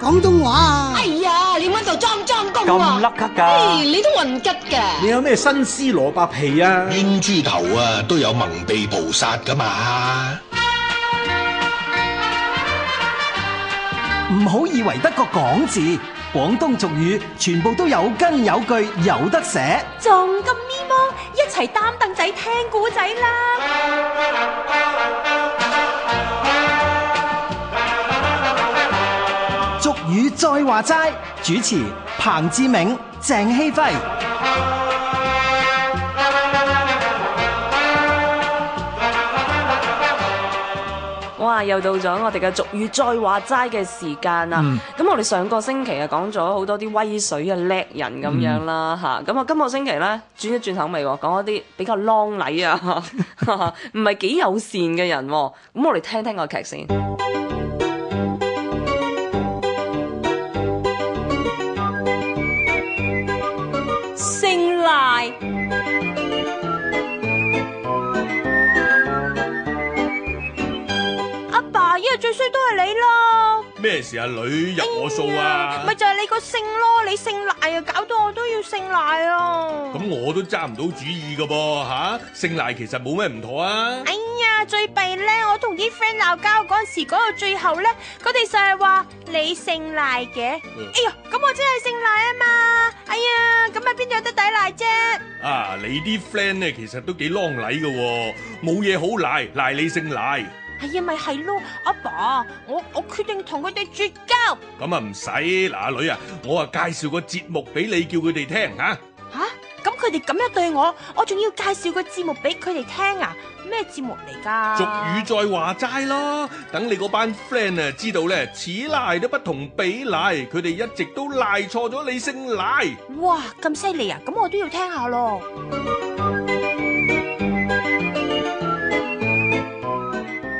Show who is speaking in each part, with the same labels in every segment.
Speaker 1: 廣東話啊！
Speaker 2: 哎呀，你搵度裝裝工啊！
Speaker 3: 咁甩咳
Speaker 2: 哎，
Speaker 3: 㗎？
Speaker 2: 你都混吉嘅。
Speaker 4: 你有咩新絲蘿蔔皮啊？
Speaker 5: 冤豬頭啊，都有蒙蔽菩薩噶嘛。
Speaker 6: 唔好以為得個講字，廣東俗語全部都有根有據，有得寫。
Speaker 7: 仲咁咪麼？一齊擔凳仔聽古仔啦！
Speaker 6: 俗語再話齋，主持彭志銘、鄭希輝。
Speaker 8: 哇！又到咗我哋嘅俗語再話齋嘅時間啦。咁、我哋上個星期啊講咗好多啲威水啊叻人咁樣啦吓，咁啊今個星期咧轉一轉口味喎，講一啲比較啷禮啊， 唔係幾友善嘅人喎。咁我哋聽聽個劇先。
Speaker 7: 姓賴阿爸，一日最衰都係你啦！
Speaker 9: 咩事啊？女入我數啊！
Speaker 7: 咪就係你個姓咯，你姓賴啊，搞到我都要姓賴啊！
Speaker 9: 咁我都揸唔到主意噶噃吓，姓賴其實冇咩唔妥啊！
Speaker 7: 哎呀，最弊咧，我同啲 friend 鬧交嗰陣時，講到最後咧，佢哋就係話你姓賴嘅。
Speaker 9: 嗯
Speaker 7: 哎呀，咁我真係姓賴啊嘛！哎呀，咁啊邊度有得抵賴啫？
Speaker 9: 啊，你啲 friend 咧其實都幾啷禮噶喎，冇嘢好賴，賴你姓賴，
Speaker 7: 哎呀，咪係咯，阿爸，我我決定同佢哋絕交。
Speaker 9: 咁啊唔使嗱阿女啊，我啊介紹個節目俾你，叫佢哋聽吓。
Speaker 7: 吓、咁佢哋咁樣對我，我仲要介紹個節目俾佢哋聽啊？咩節目嚟㗎？
Speaker 9: 俗語再話齋啦，等你嗰班 friend 啊知道咧，此賴都不同彼賴，佢哋一直都賴錯咗你姓賴。
Speaker 7: 哇，咁犀利啊！咁我都要聽下咯。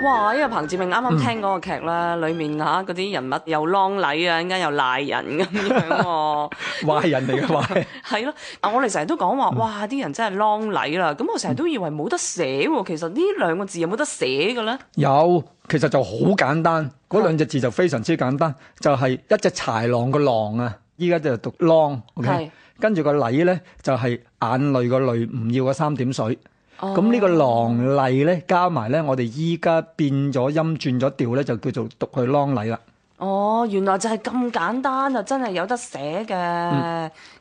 Speaker 8: 哇！因為彭志明啱啱聽嗰個劇啦，裡面嚇嗰啲人物又啷禮啊，一陣間又賴人咁樣喎。
Speaker 3: 壞人嚟嘅壞。
Speaker 8: 係咯，啊我哋成日都講話，哇！啲人真係啷禮啦。咁我成日都以為冇得寫喎，其實呢兩個字有冇得寫嘅 咧？
Speaker 3: 有，其實就好簡單，嗰兩隻字就非常之簡單，就係、一隻豺狼個狼啊，依家就讀狼
Speaker 8: 係
Speaker 3: ，OK，跟住個禮咧就係、眼淚個淚，唔要個三點水。咁呢、個狼麗咧，加埋咧，我哋依家變咗音轉咗調咧，就叫做讀佢啷禮啦。
Speaker 8: 哦，原來就係咁簡單啊！真係有得寫嘅。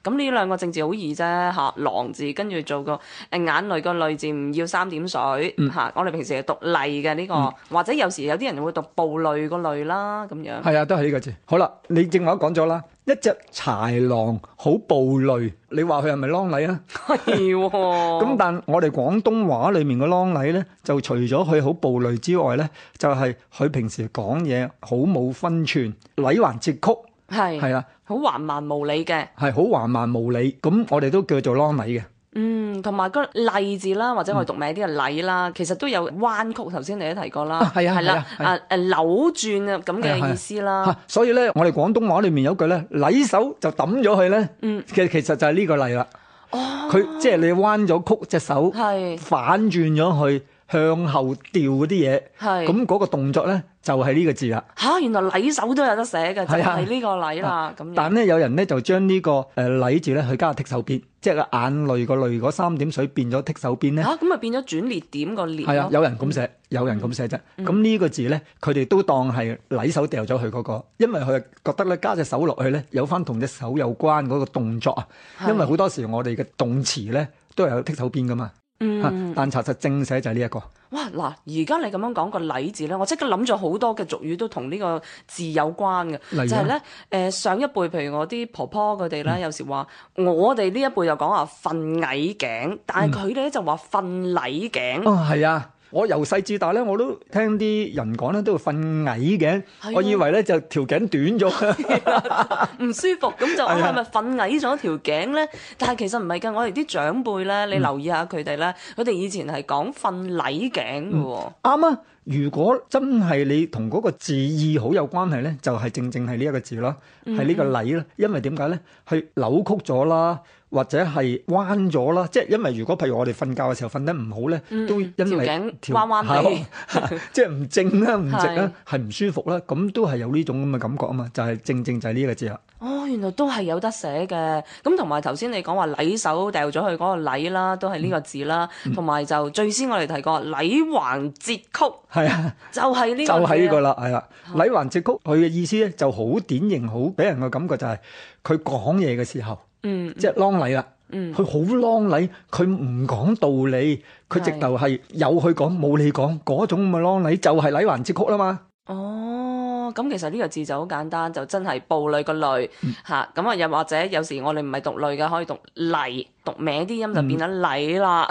Speaker 8: 咁呢兩個正字好易啫嚇，狼字跟住做個誒眼淚個淚字，唔要三點水嚇。我哋平時係讀淚嘅呢個，或者有時有啲人會讀暴淚個淚啦咁 樣。
Speaker 3: 係啊，都係呢個字。好啦，你正話都講咗啦，一隻豺狼好暴戾，你話佢係咪啷禮啊？
Speaker 8: 係 喎。
Speaker 3: 咁但我哋廣東話裏面嘅啷禮咧，就除咗佢好暴戾之外咧，就係、佢平時講嘢好冇分寸，禮還節曲，
Speaker 8: 係
Speaker 3: 係啦，
Speaker 8: 好橫蠻無理嘅。
Speaker 3: 係好橫蠻無理，咁我哋都叫做啷禮嘅。
Speaker 8: 嗯，同埋個例字啦，或者我哋讀名啲嘅禮啦，其實都有彎曲。頭先你都提過啦，
Speaker 3: 啊係啊
Speaker 8: 係啦，
Speaker 3: 係啊係
Speaker 8: 啊誒扭轉啊咁
Speaker 3: 係啊係
Speaker 8: 嘅
Speaker 3: 啊
Speaker 8: 意思啦
Speaker 3: 嚇。所以咧，我哋廣東話裏面有句咧，禮手就揼咗佢咧，
Speaker 8: 嗯
Speaker 3: 其其實就係呢個例啦。佢、即係你彎咗曲隻手，
Speaker 8: 係
Speaker 3: 反轉咗去向後掉嗰啲嘢，
Speaker 8: 係
Speaker 3: 咁嗰個動作咧就係呢個字啦。
Speaker 8: 吓，原來禮手都有得寫嘅，就
Speaker 3: 係啊
Speaker 8: 係呢個禮啦。咁
Speaker 3: 但
Speaker 8: 樣
Speaker 3: 咧有人咧就將呢個誒禮字咧去加個剔手邊，即係個眼淚個淚嗰三點水變咗剔手邊咧。
Speaker 8: 吓，咁咪變咗轉列點個列
Speaker 3: 係啊，
Speaker 8: 咯。
Speaker 3: 有人咁寫，有人咁寫啫。
Speaker 8: 嗯
Speaker 3: 咁呢個字咧，佢哋都當係禮手掉咗佢嗰個，因為佢覺得咧加隻手落去咧，有翻同隻手有關嗰個動作啊。
Speaker 8: 係
Speaker 3: 因為好多時我哋嘅動詞咧都係有剔手邊噶嘛。嚇
Speaker 8: 嗯，
Speaker 3: 但查實正寫就係呢一個。
Speaker 8: 哇嗱，而家你咁樣講個禮字咧，我即刻諗咗好多嘅俗語都同呢個字有關嘅，
Speaker 3: 如呢嗯
Speaker 8: 就係咧誒上一輩，譬如我啲婆婆佢哋咧，有時話我哋呢一輩就講話瞓矮頸，但係佢哋咧就話瞓禮頸。
Speaker 3: 哦，係啊。我由細至大咧，我都聽啲人講咧，都會瞓矮嘅
Speaker 8: 係。啊喎
Speaker 3: 我以為咧就條頸短咗，
Speaker 8: 唔舒服，咁就
Speaker 3: 係
Speaker 8: 我
Speaker 3: 啊
Speaker 8: 係咪瞓矮咗條頸咧？但係其實唔係㗎，我哋啲
Speaker 3: 嗯
Speaker 8: 長輩咧，你留意下佢哋咧，佢哋以前係講瞓禮頸嘅喎。
Speaker 3: 啱啊！如果真係你同嗰個字意好有關係咧，就係、正正係呢一個字啦，
Speaker 8: 嗯
Speaker 3: 係呢個禮啦。因為點解咧？係扭曲咗啦，或者係彎咗啦。即係因為如果譬如我哋瞓覺嘅時候瞓得唔好咧，都因
Speaker 8: 嗯條
Speaker 3: 為
Speaker 8: 頸
Speaker 3: 條
Speaker 8: 彎彎地
Speaker 3: 係即係唔正啦、唔直啦，係唔舒服啦，咁都係有呢種咁嘅感覺啊嘛。就係、正正就係呢一個字啦。
Speaker 8: 哦，原來都係有得寫嘅。咁同埋頭先你講話禮手掉咗去嗰個禮啦，都係呢個字啦。
Speaker 3: 嗯
Speaker 8: 同埋、就最先我哋提過禮橫節曲，
Speaker 3: 係啊。
Speaker 8: 就係呢
Speaker 3: 就
Speaker 8: 個字啊
Speaker 3: 係呢個啦，係啦。禮環節曲佢嘅意思咧就好典型，好俾人嘅感覺就係佢講嘢嘅時候，
Speaker 8: 嗯，
Speaker 3: 即係啷禮啦。佢好啷禮，佢唔講道理，佢直頭係有佢講冇你講嗰種咁嘅啷禮，就係禮環節曲啦嘛。
Speaker 8: 哦，咁其實呢個字就好簡單，就真係暴類個類
Speaker 3: 嗯
Speaker 8: 嚇。咁啊、又或者有時我哋唔係讀類嘅，可以讀例，讀歪啲音就
Speaker 3: 嗯
Speaker 8: 變咗禮啦。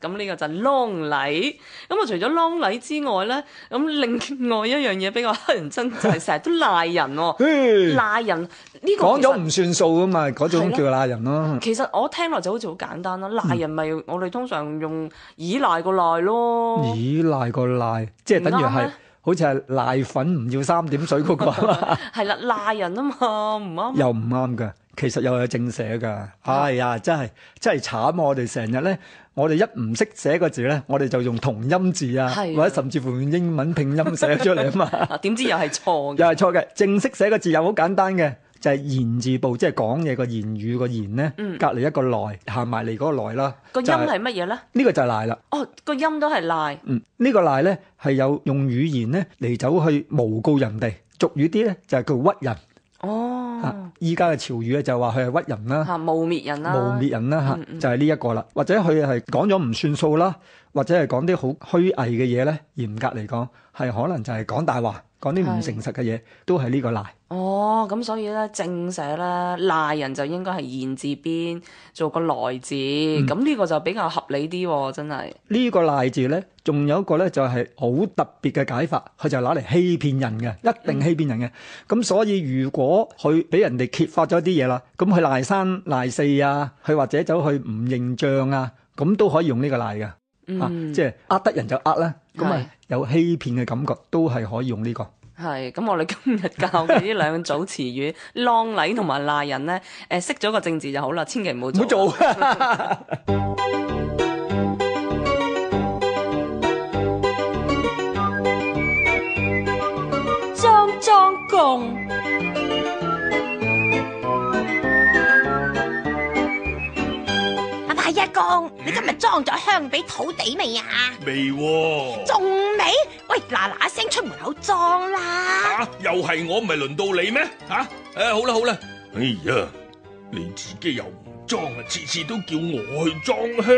Speaker 8: 咁呢、個就係啷禮。咁啊，除咗啷禮之外咧，咁另外一樣嘢比較乞人憎就係成日都賴人喎、
Speaker 3: 嘿
Speaker 8: 賴人呢、個
Speaker 3: 嗯講
Speaker 8: 其實
Speaker 3: 咗唔算數噶嘛，嗰種
Speaker 8: 係咯
Speaker 3: 叫賴人咯。
Speaker 8: 其實我聽落就好似好簡單啦，
Speaker 3: 嗯
Speaker 8: 賴人咪我哋通常用依賴個賴咯。
Speaker 3: 咦，賴個賴，即係等於
Speaker 8: 唔啱
Speaker 3: 係
Speaker 8: 咩
Speaker 3: 好似係賴粉唔要三點水 嗰個啊嘛。
Speaker 8: 係啦，賴人啊嘛，唔啱。
Speaker 3: 又唔啱㗎，其實又有正寫㗎。哎呀，真係真係慘啊！我哋成日咧，我哋一唔識寫個字咧，我哋就用同音字啊，
Speaker 8: 係啊
Speaker 3: 或者甚至乎用英文拼音寫出嚟啊嘛，
Speaker 8: 啊點知又係錯嘅。
Speaker 3: 又係錯嘅。正式寫個字又好簡單嘅。就係言字部，即係講嘢個言語個言咧，
Speaker 8: 嗯
Speaker 3: 隔離一個來，行埋嚟嗰個來啦。
Speaker 8: 個音
Speaker 3: 就係
Speaker 8: 係乜嘢咧？
Speaker 3: 呢個就係賴啦。
Speaker 8: 哦，個音都係賴。
Speaker 3: 嗯，呢、個賴咧係有用語言咧嚟走去誣告人哋，俗語啲咧就係叫屈人。
Speaker 8: 哦，
Speaker 3: 啊依家嘅潮語咧就話佢係屈人啦。
Speaker 8: 嚇污蔑人啦。
Speaker 3: 污蔑人啦
Speaker 8: 嗯
Speaker 3: 嚇，就係呢一個啦。或者佢係講咗唔算數啦，或者係講啲好虛偽嘅嘢咧。嚴格嚟講，係可能就係講大話，講啲唔
Speaker 8: 係
Speaker 3: 誠實嘅嘢，都係呢個賴。
Speaker 8: 哦，咁所以咧正寫咧賴人就應該係言字邊做個來字，
Speaker 3: 嗯
Speaker 8: 咁呢、個就比較合理啲喎，真係。
Speaker 3: 呢個賴字咧，仲有一個咧就係好特別嘅解法，佢就攞嚟欺騙人嘅，一定欺騙人嘅。咁、所以如果佢俾人哋揭發咗啲嘢啦，咁佢賴三賴四啊，佢或者走去唔認帳啊，咁都可以用呢個賴嘅。
Speaker 8: 嗯
Speaker 3: 啊，即係呃得人就呃啦，咁
Speaker 8: 係
Speaker 3: 啊有欺騙嘅感覺，都係可以用呢、個。
Speaker 8: 係，咁我哋今日教嘅呢兩組詞語， 浪禮同埋賴人咧，誒識咗個政治就好啦，千祈唔好做。啊
Speaker 3: 做。
Speaker 2: 裝裝共。
Speaker 7: 阿大一公，你今日裝咗香俾土地未啊？
Speaker 9: 未喎、
Speaker 7: 仲未？喂，嗱嗱聲出門口裝啦！
Speaker 9: 啊，又係我，唔係輪到你咩？吓、啊，诶、好啦好啦，哎呀，你自己又唔裝啊，次次都叫我去裝香。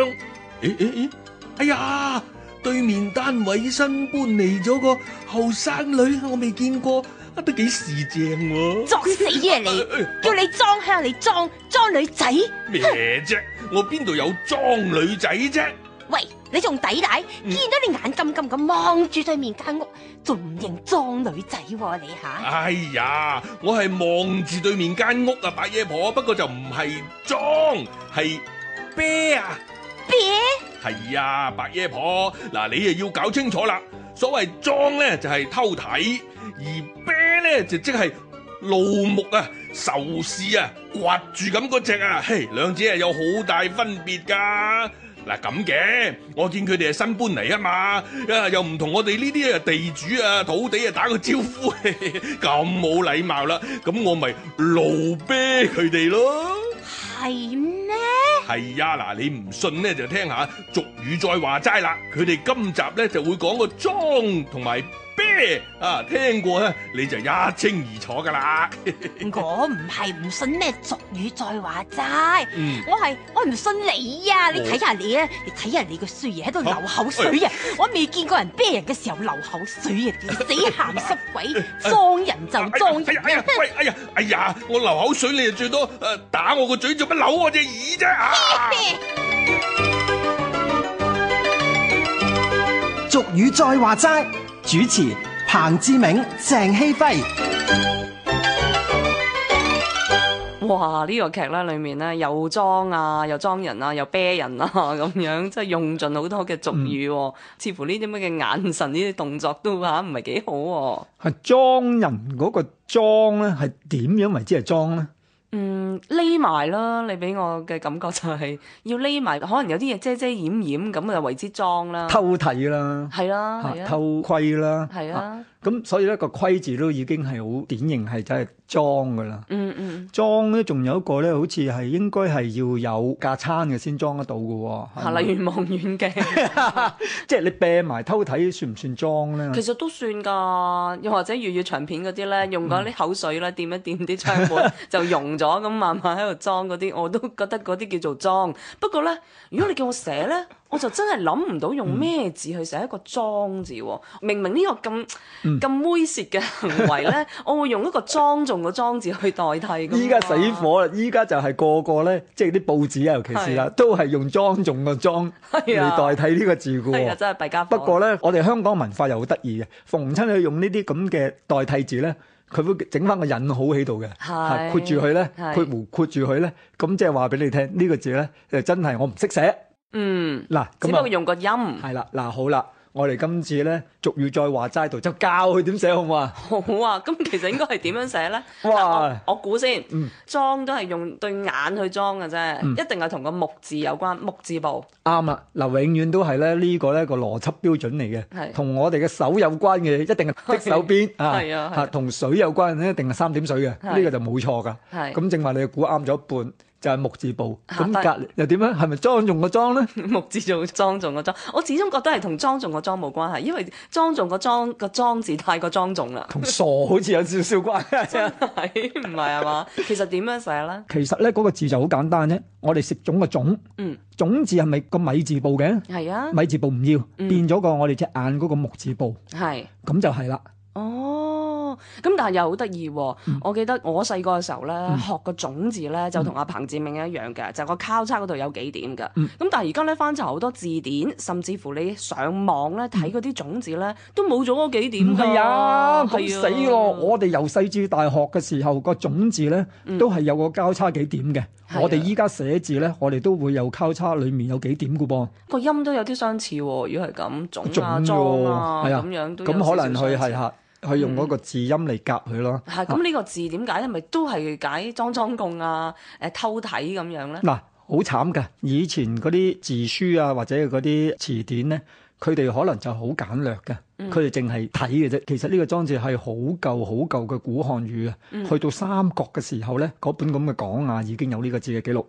Speaker 9: 咦咦咦，哎呀，對面單位新搬嚟咗個後生女，我未見過，啊都幾時正喎、
Speaker 7: 作死啊你！叫你裝香，你裝裝女仔？
Speaker 9: 咩啫？我邊度有裝女仔啫？
Speaker 7: 喂，你仲抵賴？
Speaker 9: 嗯
Speaker 7: 見到你眼金金咁望住對面間屋，仲唔認裝女仔喎、你吓、
Speaker 9: 哎呀，我係望住對面間屋啊，白夜婆，不過就唔係裝，係啤啊！係啊，白爺婆，嗱你又要搞清楚啦。所謂裝咧就係、偷睇，而啤咧就即係怒目啊、仇視啊、刮住咁嗰只啊，嘿，兩者係有好大分別㗎。嗱咁嘅，我見佢哋係新搬嚟啊嘛，啊又唔同我哋呢啲啊地主啊土地啊打個招呼，嘿嘿咁冇禮貌啦，咁我咪怒啤佢哋咯。
Speaker 7: 係咩？
Speaker 9: 係呀，嗱，你唔信呢就聽下俗語再話齋啦。佢哋今集呢就會講個裝同埋啤啊，聽過呢你就一清二楚噶啦。
Speaker 7: 我唔係唔信咩俗語再話齋，
Speaker 9: 嗯
Speaker 7: 我係我唔信你啊！你睇下你啊，你睇下你個衰嘢喺度流口水啊！
Speaker 9: 嗯
Speaker 7: 我未見過人啤人嘅時候流口水啊！你死鹹濕鬼，裝人就裝
Speaker 9: 嗯哎呀哎
Speaker 7: 人
Speaker 9: 呀
Speaker 7: 啊！，
Speaker 9: 喂，哎呀，哎呀，我流口水，你就最多诶、呃打我個嘴，做乜扭我隻耳啫？啊
Speaker 6: 俗語再話齋，主持彭志銘、鄭希輝。
Speaker 8: 哇！呢、個劇咧裏面咧又裝啊，又裝人啊，又啤人啊 咁樣，即係用盡好多嘅俗語喎、似乎呢啲咁嘅眼神呢啲動作都啊嚇唔係幾好喎、
Speaker 3: 係裝人嗰個裝咧，係點樣為之係裝咧？
Speaker 8: 嗯，匿埋啦，你俾我嘅感覺就係要匿埋，可能有啲嘢遮遮掩掩咁就為之裝啦，
Speaker 3: 偷睇啦，
Speaker 8: 係啦，
Speaker 3: 嚇
Speaker 8: 係啊，
Speaker 3: 偷窺啦，
Speaker 8: 係
Speaker 3: 嚇。
Speaker 8: 啊，
Speaker 3: 咁所以咧個規字都已經係好典型係真係裝噶啦。
Speaker 8: 嗯嗯，
Speaker 3: 裝咧仲有一個咧，好似係應該係要有架撐嘅先裝得到嘅喎。係
Speaker 8: 嚇，
Speaker 3: 咪
Speaker 8: 例如望遠鏡。
Speaker 3: 即係你病埋偷睇算唔算裝咧？
Speaker 8: 其實都算㗎，又或者粵語長片嗰啲咧，用嗰啲口水咧，掂一掂啲窗門就溶咗，咁慢慢喺度裝嗰啲，我都覺得嗰啲叫做裝。不過咧，如果你叫我寫咧，我就真係諗唔到用咩字去寫一個裝字喎。明明呢個咁咁猥褻嘅行為咧，我會用一個莊重嘅莊字去代替㗎嘛。
Speaker 3: 依家死火啦！依家就係個個咧，即係啲報紙啊，尤其是啦，都係用裝重個裝
Speaker 8: 係啊
Speaker 3: 嚟代替呢個字嘅
Speaker 8: 係啊，
Speaker 3: 喎。
Speaker 8: 真係弊家伙。
Speaker 3: 不過咧，我哋香港文化又好得意嘅，逢親佢用呢啲咁嘅代替字咧，佢會整翻個引號喺度嘅，
Speaker 8: 係
Speaker 3: 係括住佢咧，
Speaker 8: 係
Speaker 3: 括弧括住佢咧，咁即係話俾你聽，呢個字咧就真係我唔識寫
Speaker 8: 嗯，
Speaker 3: 嗱，
Speaker 8: 只不
Speaker 3: 咁
Speaker 8: 過
Speaker 3: 啊
Speaker 8: 用個音。
Speaker 3: 係啦，嗱好啦，我哋今次咧俗語再話齋度就教佢點寫好唔好啊？
Speaker 8: 好啊，咁其實應該係點樣寫咧？嗱
Speaker 3: 哇嗯
Speaker 8: 我我估先，裝都係用對眼去裝嘅啫，一定係同個木字有關，木字部
Speaker 3: 啱啦，嗱，永遠都係咧呢個咧個邏輯標準嚟
Speaker 8: 係
Speaker 3: 嘅，同我哋嘅手有關嘅一定 係即手邊啊，
Speaker 8: 係啊係啊
Speaker 3: 嚇同水有關嘅一定係三點水嘅，
Speaker 8: 係
Speaker 3: 呢個就冇錯噶。
Speaker 8: 係啊
Speaker 3: 咁正話你估啱咗一半，就係木字部，
Speaker 8: 嚇
Speaker 3: 咁
Speaker 8: 但
Speaker 3: 隔離又點咧？係咪裝用個 裝咧？
Speaker 8: 木字做莊重個莊，我始終覺得係同莊重個莊冇關係，因為莊重個莊個莊字太過莊重啦，
Speaker 3: 同傻好似有少少關 係。
Speaker 8: 係唔係啊嘛？其實點樣寫咧？
Speaker 3: 其實咧嗰個字就好簡單啫，我哋食種個種，
Speaker 8: 嗯，
Speaker 3: 種字係咪個米字部嘅？
Speaker 8: 係啊，
Speaker 3: 米字部唔要，
Speaker 8: 嗯
Speaker 3: 變咗個我哋隻眼嗰個木字部，
Speaker 8: 係。
Speaker 3: 咁就係啦。
Speaker 8: 哦，咁但係又好得意喎！
Speaker 3: 嗯
Speaker 8: 我記得我細個嘅時候咧，學個種字咧就同阿彭志明一樣嘅，就個交叉嗰度有幾點嘅。咁、
Speaker 3: 嗯
Speaker 8: 但係而家咧翻查好多字典，甚至乎你上網咧睇嗰啲種字咧，都冇咗嗰幾點
Speaker 3: 嗯唔
Speaker 8: 㗎。
Speaker 3: 係啊，咁
Speaker 8: 係啊
Speaker 3: 死咯！我哋由細至大學嘅時候，個種字咧都係有個交叉幾點嘅。
Speaker 8: 嗯係啊
Speaker 3: 我哋依家寫字咧，我哋都會有交叉，裡面有幾點嘅噃。
Speaker 8: 個音都有啲相似喎。如果係咁，種
Speaker 3: 種
Speaker 8: 啊、
Speaker 3: 喎
Speaker 8: 裝啊
Speaker 3: 係
Speaker 8: 咁、
Speaker 3: 啊
Speaker 8: 樣都有
Speaker 3: 咁可能
Speaker 8: 少少相
Speaker 3: 佢係
Speaker 8: 似嗯
Speaker 3: 嚇，佢用嗰個字音嚟夾佢咯。
Speaker 8: 係咁呢個字點解係咪都係解裝裝共啊、誒偷睇咁樣咧？
Speaker 3: 嗱，好慘㗎！以前嗰啲字書啊，或者嗰啲詞典咧，佢哋可能就好簡略嘅，佢哋淨係睇嘅啫。其實呢個裝置係好舊好舊嘅古漢語啊，去到三國嘅時候咧，嗰本咁嘅講雅已經有呢個字嘅記錄，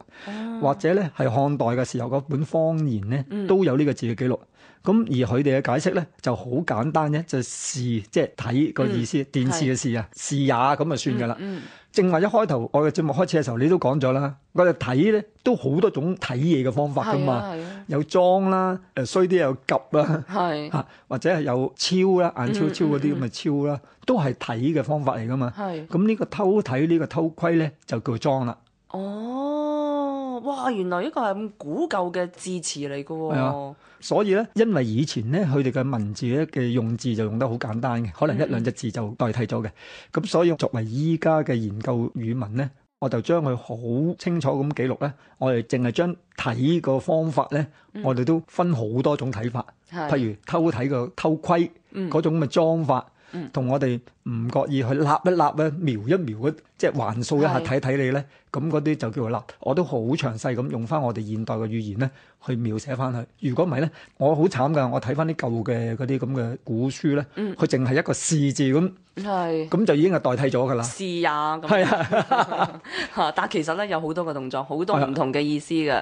Speaker 3: 或者咧係漢代嘅時候嗰本方言咧都有呢個字嘅記錄。咁而佢哋嘅解釋咧就好簡單啫，就係視即係睇個意思，電視嘅視啊，視也咁就算㗎啦。
Speaker 8: 嗯
Speaker 3: 正話一開頭我嘅節目開始嘅時候，你都講咗啦，我哋睇咧都好多種睇嘢嘅方法㗎
Speaker 8: 係啊
Speaker 3: 嘛，
Speaker 8: 係啊
Speaker 3: 有裝啦，誒衰啲有及啦，
Speaker 8: 係嗯
Speaker 3: 嚇或者係有超啦，眼超超嗰啲咁嘅超啦，都係睇嘅方法嚟㗎嘛。
Speaker 8: 係。
Speaker 3: 咁呢個偷睇呢個偷窺咧就叫裝啦，
Speaker 8: 哦，哇！原來一個係咁古舊嘅字詞嚟嘅
Speaker 3: 係
Speaker 8: 喎
Speaker 3: 啊。所以咧，因為以前咧佢哋嘅文字咧嘅用字就用得好簡單嘅，可能一兩隻字就代替咗嘅。咁所以作為依家嘅研究語文咧，我就將佢好清楚咁記錄咧。我哋淨係將睇個方法咧，我哋都分好多種睇法，
Speaker 8: 係
Speaker 3: 啊
Speaker 8: 嗯
Speaker 3: 譬如偷睇個偷窺嗰種咁嘅裝法。同我哋唔覺意去立一立咧，瞄一瞄嗰即係橫掃一下
Speaker 8: 係
Speaker 3: 睇睇你咧，咁嗰啲就叫做立。我都好詳細咁用翻我哋現代嘅語言咧，去描寫翻佢。如果唔係咧，我好慘㗎。我睇翻啲舊嘅嗰啲咁嘅古書咧，
Speaker 8: 嗯
Speaker 3: 佢淨係一個視字咁，
Speaker 8: 係
Speaker 3: 咁就已經係代替咗㗎啦。
Speaker 8: 試呀咁。
Speaker 3: 係啊，
Speaker 8: 嚇但其實咧有好多個動作，好多
Speaker 3: 係啊
Speaker 8: 唔同嘅意思嘅。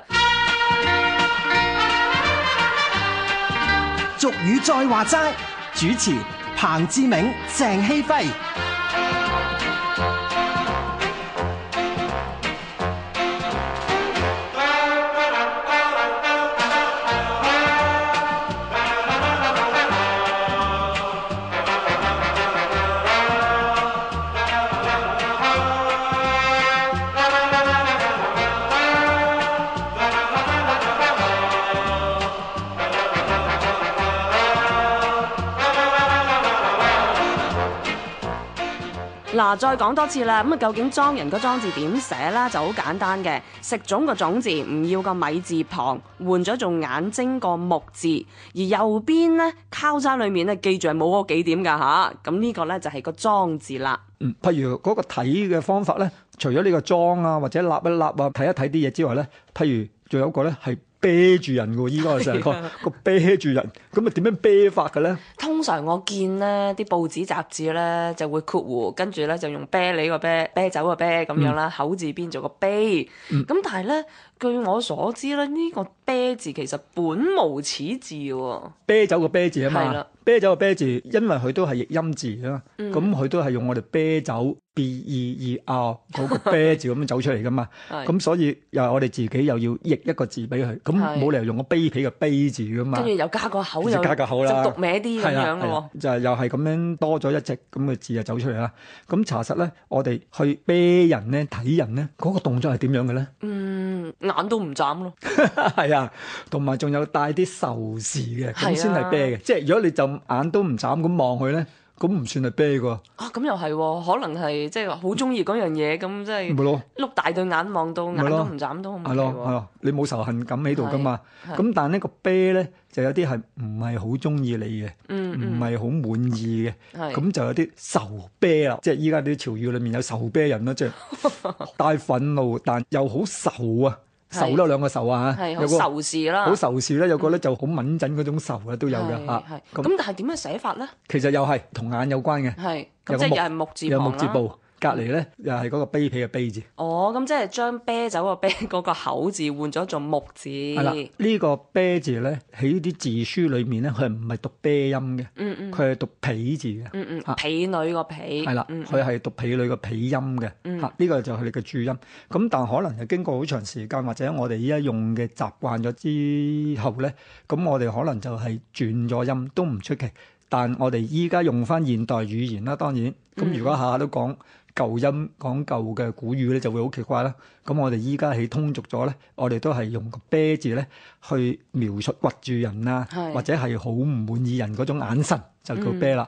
Speaker 6: 俗語再話齋，主持彭志銘、鄭希輝。
Speaker 8: 嗱，再講多次啦，咁啊，究竟裝人個裝字點寫呢？就好簡單嘅，食種個種字唔要個米字旁，換咗做眼睛個木字，而右邊呢，交叉裡面呢，記住係冇嗰幾點㗎吓，咁呢個呢，就係個裝字啦。
Speaker 3: 嗯，譬如嗰個睇嘅方法咧，除咗呢個裝啊，或者立一立啊，睇一睇啲嘢之外咧，譬如仲有一個咧係啤住人嘅喎，依家我成日講
Speaker 8: 啊
Speaker 3: 個啤住人，咁啊點樣啤法嘅咧？
Speaker 8: 通常我見呢啲報紙雜誌呢就會括弧，跟住呢就用啤梨個啤、啤酒個啤咁樣
Speaker 3: 嗯
Speaker 8: 啦，口字邊做個啤。咁、但係呢，據我所知呢，呢、個啤字其實本無此字喎。
Speaker 3: 啤酒個啤字啊
Speaker 8: 係
Speaker 3: 嘛
Speaker 8: 啦，嗯
Speaker 3: 啤酒個啤字，因為佢都係譯音字啊嘛，咁佢、都係用我哋啤酒 B E E R 嗰個啤字咁樣走出嚟噶嘛，
Speaker 8: 係
Speaker 3: 咁所以又係我哋自己又要譯一個字俾佢，咁
Speaker 8: 係
Speaker 3: 冇理由用個卑鄙嘅卑字噶嘛。
Speaker 8: 跟住又加個口，
Speaker 3: 直
Speaker 8: 又
Speaker 3: 接加個口啦，
Speaker 8: 就讀歪啲咁樣咯
Speaker 3: 喎，就係又啊係咁樣多咗一隻咁嘅字就啊走出嚟啦。咁查實咧，我哋去啤人咧、睇人咧，嗰、個動作係點樣嘅咧？
Speaker 8: 喎。嗯，眼都唔眨咯。
Speaker 3: 係啊，同埋仲有帶啲仇視嘅，
Speaker 8: 係啊
Speaker 3: 咁先係啤嘅。即係如果你就眼都唔眨咁望佢咧，咁唔算係啤㗎，
Speaker 8: 啊，咁又係喎，可能係即係話好中意嗰樣嘢，咁即係
Speaker 3: 咪咯。
Speaker 8: 碌大對眼望到眼都
Speaker 3: 咪咯
Speaker 8: 唔眨都好唔
Speaker 3: 係咯，係咯，你冇仇恨感喺度噶嘛？
Speaker 8: 係係
Speaker 3: 咁但係呢個啤咧，就有啲係唔係好中意你嘅，
Speaker 8: 嗯
Speaker 3: 唔係好滿意嘅，
Speaker 8: 係
Speaker 3: 咁就有啲仇啤啦。即係依家啲潮語裏面有仇啤 人啦，即係帶憤怒，但又好仇啊！
Speaker 8: 係
Speaker 3: 仇都有兩個仇啊，
Speaker 8: 係
Speaker 3: 有
Speaker 8: 好
Speaker 3: 個
Speaker 8: 仇視啦。
Speaker 3: 好仇視咧，有個咧就好敏陣嗰種仇啊，都有嘅
Speaker 8: 係
Speaker 3: 嚇
Speaker 8: 係。咁
Speaker 3: 咁
Speaker 8: 但係點樣寫法咧？
Speaker 3: 其實又係同眼有關嘅，
Speaker 8: 係咁
Speaker 3: 有個
Speaker 8: 即係
Speaker 3: 木
Speaker 8: 又係木字
Speaker 3: 有木字
Speaker 8: 旁啦。
Speaker 3: 部隔離咧，又係嗰個卑鄙嘅卑字。
Speaker 8: 哦，咁即係將啤酒個啤 嗰個口字換咗做木字。
Speaker 3: 係啦，呢、個啤字咧喺啲字書裏面咧，佢唔係讀啤音嘅，
Speaker 8: 嗯嗯
Speaker 3: 佢係讀婢字嘅，
Speaker 8: 嗯嗯
Speaker 3: 啊，
Speaker 8: 婢女個婢。
Speaker 3: 係啦，
Speaker 8: 嗯
Speaker 3: 佢係讀婢女嘅婢音嘅，嚇呢個就係佢哋嘅注音。咁但可能係經過好長時間，或者我哋依家用嘅習慣咗之後咧，咁我哋可能就係轉咗音都唔出奇。但我哋依家用翻現代語言啦，當然
Speaker 8: 嗯
Speaker 3: 咁如果下下都講舊音講舊嘅古語咧，就會好奇怪啦。咁我哋依家起通俗咗咧，我哋都係用個啤字咧去描述掘住人啊
Speaker 8: 係，嗯
Speaker 3: 或者係好唔滿意人嗰種眼神，就叫啤啦。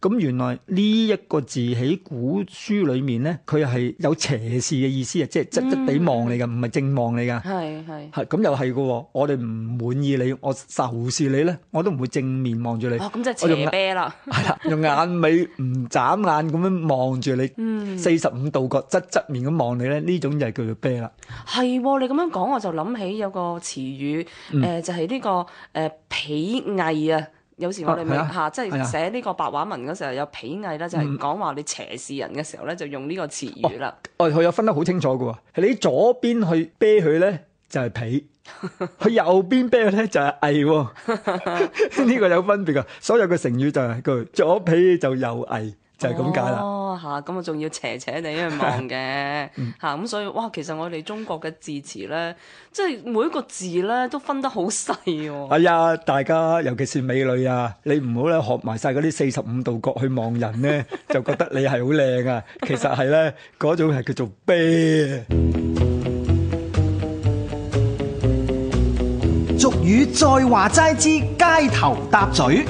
Speaker 3: 咁原來呢一個字喺古書裏面咧，佢係有斜視嘅意思啊，即係側
Speaker 8: 嗯
Speaker 3: 側地望你嘅，唔係正望你㗎。
Speaker 8: 係係。
Speaker 3: 係咁又係嘅喎，我哋唔滿意你，我仇視你咧，我都唔會正面望住你。
Speaker 8: 哦，咁即係
Speaker 3: 我用
Speaker 8: 斜啤啦。
Speaker 3: 係啦，用眼尾唔眨眼咁樣望住你，
Speaker 8: 嗯
Speaker 3: 四十五度角側側面咁望你咧，呢種就係叫做啤啦。
Speaker 8: 係喎，你咁樣講我就諗起有個詞語，誒、
Speaker 3: 嗯
Speaker 8: 就係呢、個誒鄙偽啊。有時我哋咪
Speaker 3: 啊係啊
Speaker 8: 嚇，即
Speaker 3: 係啊嗯
Speaker 8: 係寫呢個白話文嗰時候有鄙偽啦，就係講話你斜視人嘅時候咧，就用呢個詞語啦。
Speaker 3: 哦，佢有分得好清楚嘅喎，係你左邊去啤佢咧就係皮，佢右邊啤佢咧就係偽喎，呢個有分別嘅。所有嘅成語就係佢左皮就右偽，就係咁解啦。
Speaker 8: 哦，嚇，咁我仲要斜斜地去 望嘅
Speaker 3: 嗯
Speaker 8: 嚇，咁所以哇，其實我哋中國嘅字詞咧，即係每一個字咧都分得好細喎。
Speaker 3: 哎呀，大家尤其是美女啊，你唔好咧學埋晒嗰啲四十五度角去望人咧，就覺得你係好靚啊。其實係咧，嗰種係叫做啤。
Speaker 6: 俗語再話齋之街頭搭嘴，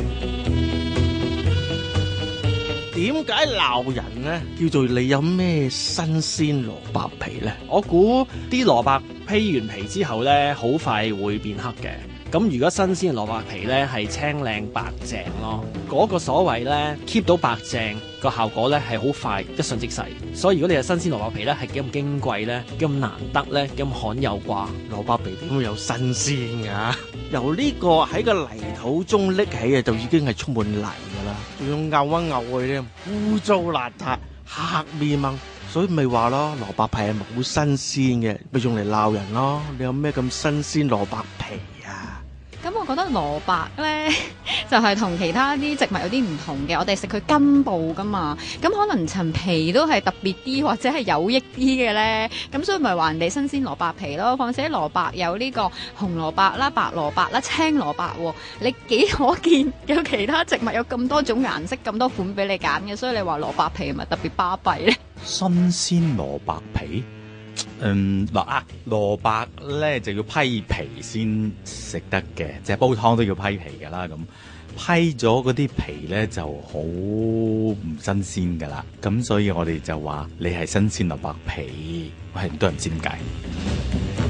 Speaker 1: 點解鬧人呢？叫做你有咩新鮮蘿蔔皮呢？我估啲蘿蔔披完皮之後呢，好快會變黑嘅。咁如果新鮮蘿蔔皮呢，係青靚白淨咯，嗰、個所謂呢 keep 到白淨個效果呢，係好快一瞬即逝。所以如果你係新鮮蘿蔔皮呢，係幾咁矜貴呢，幾咁難得呢，幾咁罕有啩？
Speaker 10: 蘿蔔皮點會有新鮮㗎？由呢個喺個泥土中拎起嘅就已經係充滿泥㗎啦，仲要漚一漚佢添，污糟邋遢，黑面掹，所以咪話咯，蘿蔔皮係冇新鮮嘅，咪用嚟鬧人咯。你有咩咁新鮮蘿蔔皮啊？
Speaker 11: 咁我覺得蘿蔔呢， 就係同其他啲植物有啲唔同嘅，我哋食佢根部噶嘛，咁可能層皮都係特別啲或者係有益啲嘅呢。咁所以咪話人哋新鮮蘿蔔皮咯。況且蘿蔔有呢個紅蘿蔔啦、白蘿蔔啦、青蘿蔔喎，你幾可見有其他植物有咁多種顏色、咁多款俾你揀嘅，所以你話蘿蔔皮係咪特別巴閉呢？
Speaker 10: 新鮮蘿蔔皮，嗯嗱啊，蘿蔔咧就要批皮先食得嘅，即係煲湯都要批皮㗎啦咁。
Speaker 12: 批咗嗰啲皮咧就好唔新鮮㗎啦，咁所以我哋就話你係新鮮蘿蔔皮，我係都唔知點解。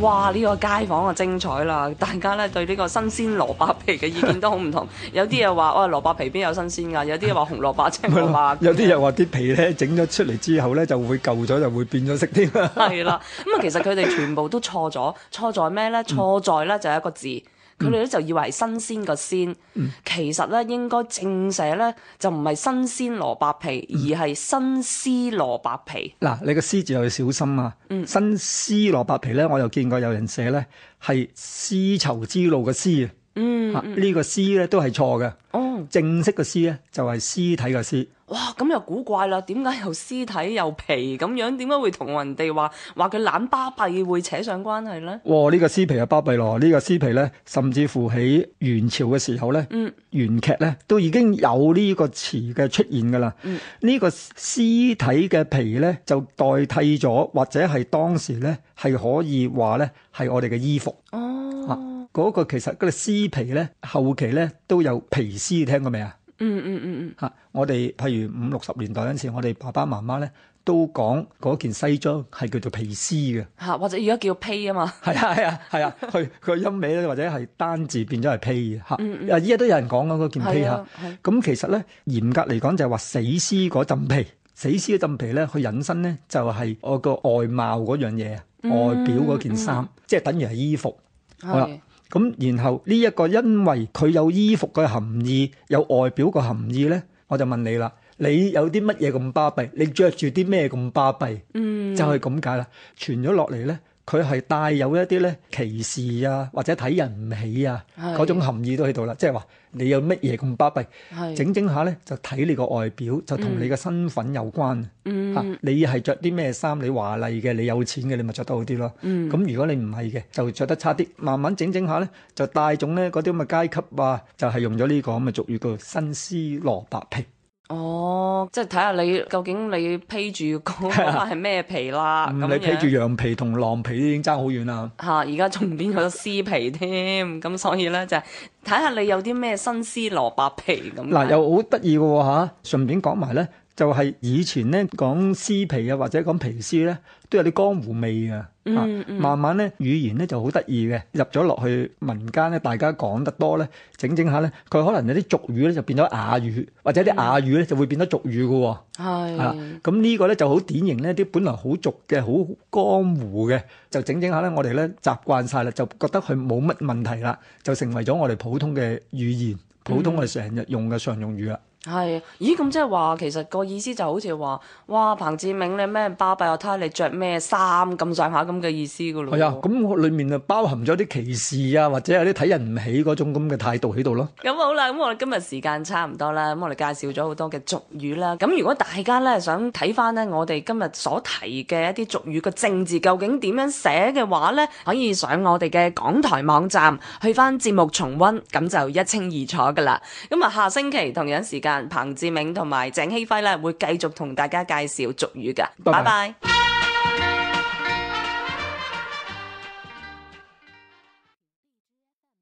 Speaker 8: 哇！呢、個街坊啊精彩啦，大家咧對呢個新鮮蘿蔔皮嘅意見都好唔 同，有啲嘢話哇蘿蔔皮邊有新鮮㗎，有啲嘢話紅蘿蔔青蘿蔔。
Speaker 3: 有啲人話啲皮咧整咗出嚟之後咧就會舊咗，就會變咗色 添。
Speaker 8: 係啦，咁啊，其實佢哋全部都錯咗，錯在咩咧？錯在咧就係一個字。佢哋咧就以為係新鮮個鮮，其實咧應該正寫咧就唔係新鮮蘿蔔皮，而係新絲蘿蔔皮。
Speaker 3: 嗱，你個絲字又要小心啊！
Speaker 8: 嗯
Speaker 3: 新絲蘿蔔皮咧，我又見過有人寫咧係絲綢之路嘅絲啊。
Speaker 8: 嗯
Speaker 3: 啊
Speaker 8: 嗯
Speaker 3: 呢個絲咧都係錯嘅。
Speaker 8: 哦，
Speaker 3: 正式嘅絲咧就係屍體嘅屍。
Speaker 8: 哇，咁又古怪啦！點解又屍體又皮咁樣？點解會同人哋話話佢懶巴閉會扯上關係咧？
Speaker 3: 哇！呢、個屍皮係巴閉咯，呢、個屍皮咧，甚至乎喺元朝嘅時候咧，
Speaker 8: 嗯
Speaker 3: 元劇咧都已經有呢個詞嘅出現㗎啦。
Speaker 8: 嗯
Speaker 3: 呢個屍體嘅皮咧就代替咗，或者係當時咧係可以話咧係我哋嘅衣服。
Speaker 8: 哦，
Speaker 3: 啊，嗰、個其實嗰個屍皮咧，後期咧都有皮屍，聽過未啊？
Speaker 8: 嗯嗯嗯
Speaker 3: 嚇、我哋譬如五六十年代嗰陣時，我哋爸爸媽媽咧都講嗰件西裝係叫做皮絲嘅。
Speaker 8: 嗯，嚇或者而家叫披啊嘛。
Speaker 3: 係啊係啊係啊，佢佢音尾咧或者係單字變咗係披嘅嚇。
Speaker 8: 嗯嗯
Speaker 3: 啊依家都有人講緊嗰件披
Speaker 8: 係
Speaker 3: 嚇
Speaker 8: 啊。係
Speaker 3: 咁其實咧嚴格嚟講就係話死屍嗰陣皮，死屍嗰陣皮咧佢引申咧就係我個外貌嗰樣嘢，
Speaker 13: 嗯
Speaker 3: 外表嗰件衫，即係等於係衣服。好啦
Speaker 13: 係，
Speaker 3: 咁然後呢一個因為佢有衣服嘅含義，有外表嘅含義咧，我就問你啦，你有啲乜嘢咁巴閉？你着住啲咩咁巴閉？
Speaker 8: 嗯
Speaker 3: 就係咁解啦。傳咗落嚟咧，佢係帶有一啲咧歧視啊，或者睇人唔起啊
Speaker 13: 係
Speaker 3: 嗰種含義都喺度啦。即係話你有乜嘢咁巴閉
Speaker 13: 係？
Speaker 3: 整整下咧就睇你個外表，就同你嘅身份有關。
Speaker 13: 嗯
Speaker 3: 嚇你係着啲咩衫？你華麗嘅，你有錢嘅，你咪着得好啲咯。咁、
Speaker 13: 嗯
Speaker 3: 如果你唔係嘅，就着得差啲。慢慢整整下咧，就帶種咧嗰啲咁嘅階級啊，就係、用咗呢個咁嘅俗語叫新絲蘿蔔皮。
Speaker 8: 哦，即係睇下你究竟你披住嗰塊係咩皮啦。咁
Speaker 3: 咁嗯你披
Speaker 8: 樣
Speaker 3: 住羊皮同狼皮已經爭好遠啦。
Speaker 8: 嚇，而家仲變咗絲皮添， 咁所以咧就係睇下你有啲咩新絲蘿蔔皮咁。
Speaker 3: 嗱，又好得意嘅喎嚇，順便講埋咧，就係、以前咧講絲皮啊，或者講皮絲咧，都有啲江湖味嘅。啊
Speaker 13: 嗯嗯
Speaker 3: 慢慢咧語言咧就好得意嘅，入咗落去民間咧，大家講得多咧，整整下咧，佢可能有啲俗語咧就變咗雅語，
Speaker 13: 嗯
Speaker 3: 或者啲雅語咧就會變咗俗語嘅喎。係
Speaker 8: 係，
Speaker 3: 啦啊咁呢個咧就好典型呢啲本來好俗嘅、好江湖嘅，就整整下咧，我哋咧習慣晒啦，就覺得佢冇乜問題啦，就成為咗我哋普通嘅語言，普通我哋成日用嘅常用語啦。
Speaker 8: 係，咦咁即係話其實個意思就好似話，哇彭志明你咩巴閉，我睇下你着咩衫咁上下咁嘅意思噶咯喎。
Speaker 3: 係啊，咁我裡面就包含咗啲歧視啊，或者有啲睇人唔起嗰種咁嘅態度喺度咯。
Speaker 8: 咁好啦，咁我哋今日時間差唔多啦，咁我哋介紹咗好多嘅俗語啦。咁如果大家咧想睇翻咧我哋今日所提嘅一啲俗語嘅政治究竟點樣寫嘅話咧，可以上我哋嘅港台網站去翻節目重温，咁就一清二楚噶啦。咁啊，下星期同樣時間，彭志銘同埋鄭希輝咧會繼續同大家介紹俗語噶。
Speaker 3: 拜
Speaker 8: 拜
Speaker 3: 拜
Speaker 8: 拜